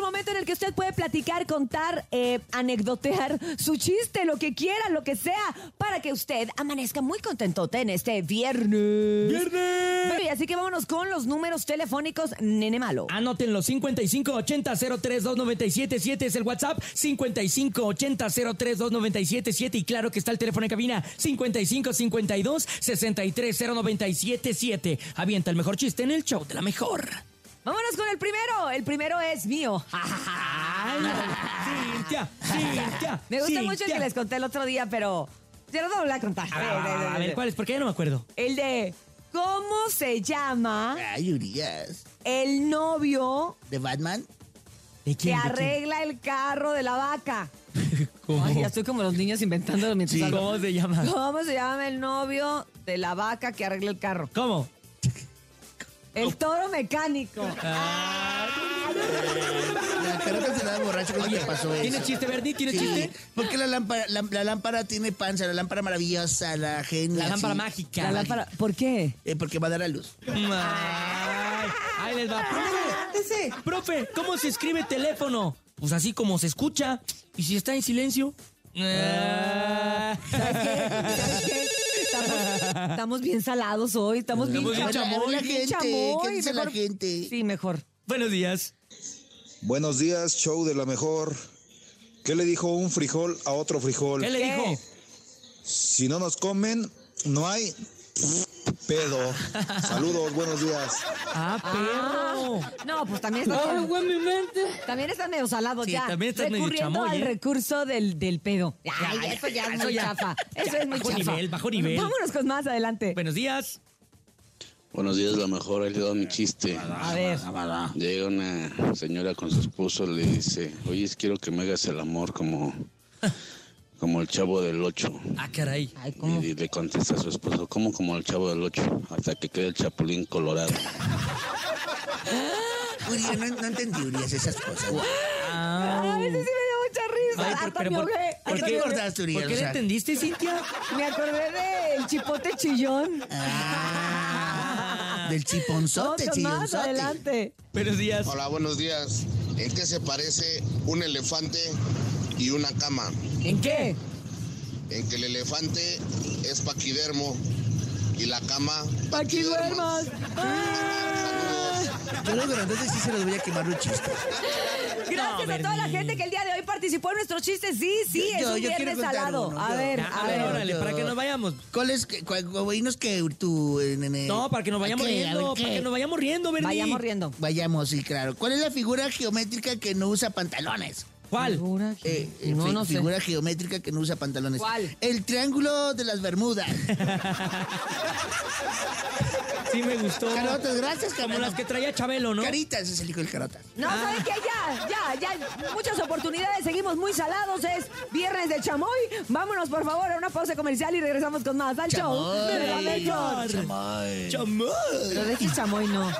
momento en el que usted puede platicar, contar, eh, anecdotear su chiste, lo que quiera, lo que sea, para que usted amanezca muy contentote en este viernes. ¡Viernes! Bueno, y así que vámonos con los números telefónicos, nene malo. Anótenlo, 5580-032977 es el WhatsApp, 5580-032977 y claro que está el teléfono en cabina, 5552-630977. Avienta el mejor chiste en el show de la mejor. Vámonos con el primero. El primero es mío. Ay, Cintia, Cintia, Me gusta Cintia. mucho el que les conté el otro día, pero se lo voy a contar. A ver, a ver, ¿cuál es? Porque ya no me acuerdo. El de ¿Cómo se llama Ay, Urias. el novio ¿De Batman? ¿De que quién? ¿De quién? arregla el carro de la vaca? ¿Cómo? Ay, ya estoy como los niños inventándolo mientras Sí, hablo. ¿Cómo se llama? ¿Cómo se llama el novio de la vaca que arregla el carro? ¿Cómo? Oh. El toro mecánico. La carota se da borracho cuando te pasó eso. ¿Tiene chiste, Bernie? ¿Tiene Sí, chiste? Porque la lámpara, la, la lámpara tiene panza, la lámpara maravillosa, la genia. La lámpara sí. mágica. La lámpara- ¿Por qué? Eh, porque va a dar a luz. Ay, ahí les va. Ah. Profe, profe, ¿cómo se escribe teléfono? Pues así como se escucha. ¿Y si está en silencio? Ah. ¿Sabes qué? ¿Sabes qué? Estamos, estamos bien salados hoy, estamos bien, Estamos bien chamoy. bien ¿Qué dice la chamoy, gente? ¿Qué dice la mejor- gente? Sí, mejor. Buenos días. Buenos días, show de la mejor. ¿Qué le dijo un frijol a otro frijol? ¿Qué le ¿Qué? dijo? Si no nos comen, no hay pedo. Saludos, buenos días. Ah, perro. No, pues también está. También está medio salado Sí, ya. también estás medio recurriendo chamoy, al ¿eh? recurso del, del pedo. Ay, ya, eso ya es eso muy ya. chafa. Eso Ya, es muy bajo chafa. nivel, bajo nivel. Vámonos con más adelante. Buenos días. Buenos días, la mejor, ahí le doy mi chiste. A ver. Llega una señora con su esposo, le dice, oye, quiero que me hagas el amor como, como el chavo del ocho. Ah, caray. Ay, ¿cómo? Y le contesta a su esposo, ¿cómo como el chavo del ocho? Hasta que quede el chapulín colorado. Urias, no, no entendí, Urias, esas cosas. A veces sí me dio mucha Ay, risa. pero- Hasta pero me ¿por- ahogué, por hasta qué me ahogué. cortaste? Asturias, ¿Por qué o le sea. entendiste, Cintia? Me acordé del chipote chillón. Ah, del chiponzote, Vamos con más chillonzote. adelante. Buenos días. Hola, buenos días. ¿En qué se parece un elefante y una cama? ¿En qué? En que el elefante es paquidermo y la cama Aquí paquiderma. duermas. Ay. Yo los grandotes sí se los voy a quemar los chistes. Gracias a toda la Bernie. gente que el día de hoy participó en nuestros chistes. Sí, sí, Yo- es yo- un yo quiero viernes contar salado. uno, a yo. ver, Ah, a ver. órale, yo- para que nos vayamos. ¿Cuál es? que- cuál- Oínos que tú, eh, nene? No, para que nos vayamos ¿A qué? A ver, riendo, ¿qué? para que nos vayamos riendo, Bernie. Vayamos riendo. Vayamos, sí, claro. ¿Cuál es la figura geométrica que no usa pantalones? ¿Cuál? Eh, eh, no, fi- no sé. figura geométrica que no usa pantalones. ¿Cuál? El triángulo de las Bermudas. Sí me gustó. Carotas, gracias, Como las Carotas. que traía Chabelo, ¿no? Caritas ese es el hijo del Carota. No, ¿saben qué? Ya, ya, ya. Muchas oportunidades. Seguimos muy salados. Es viernes de chamoy. Vámonos, por favor, a una pausa comercial y regresamos con más al show. de la mejor. Chamoy. Pero de este chamoy no.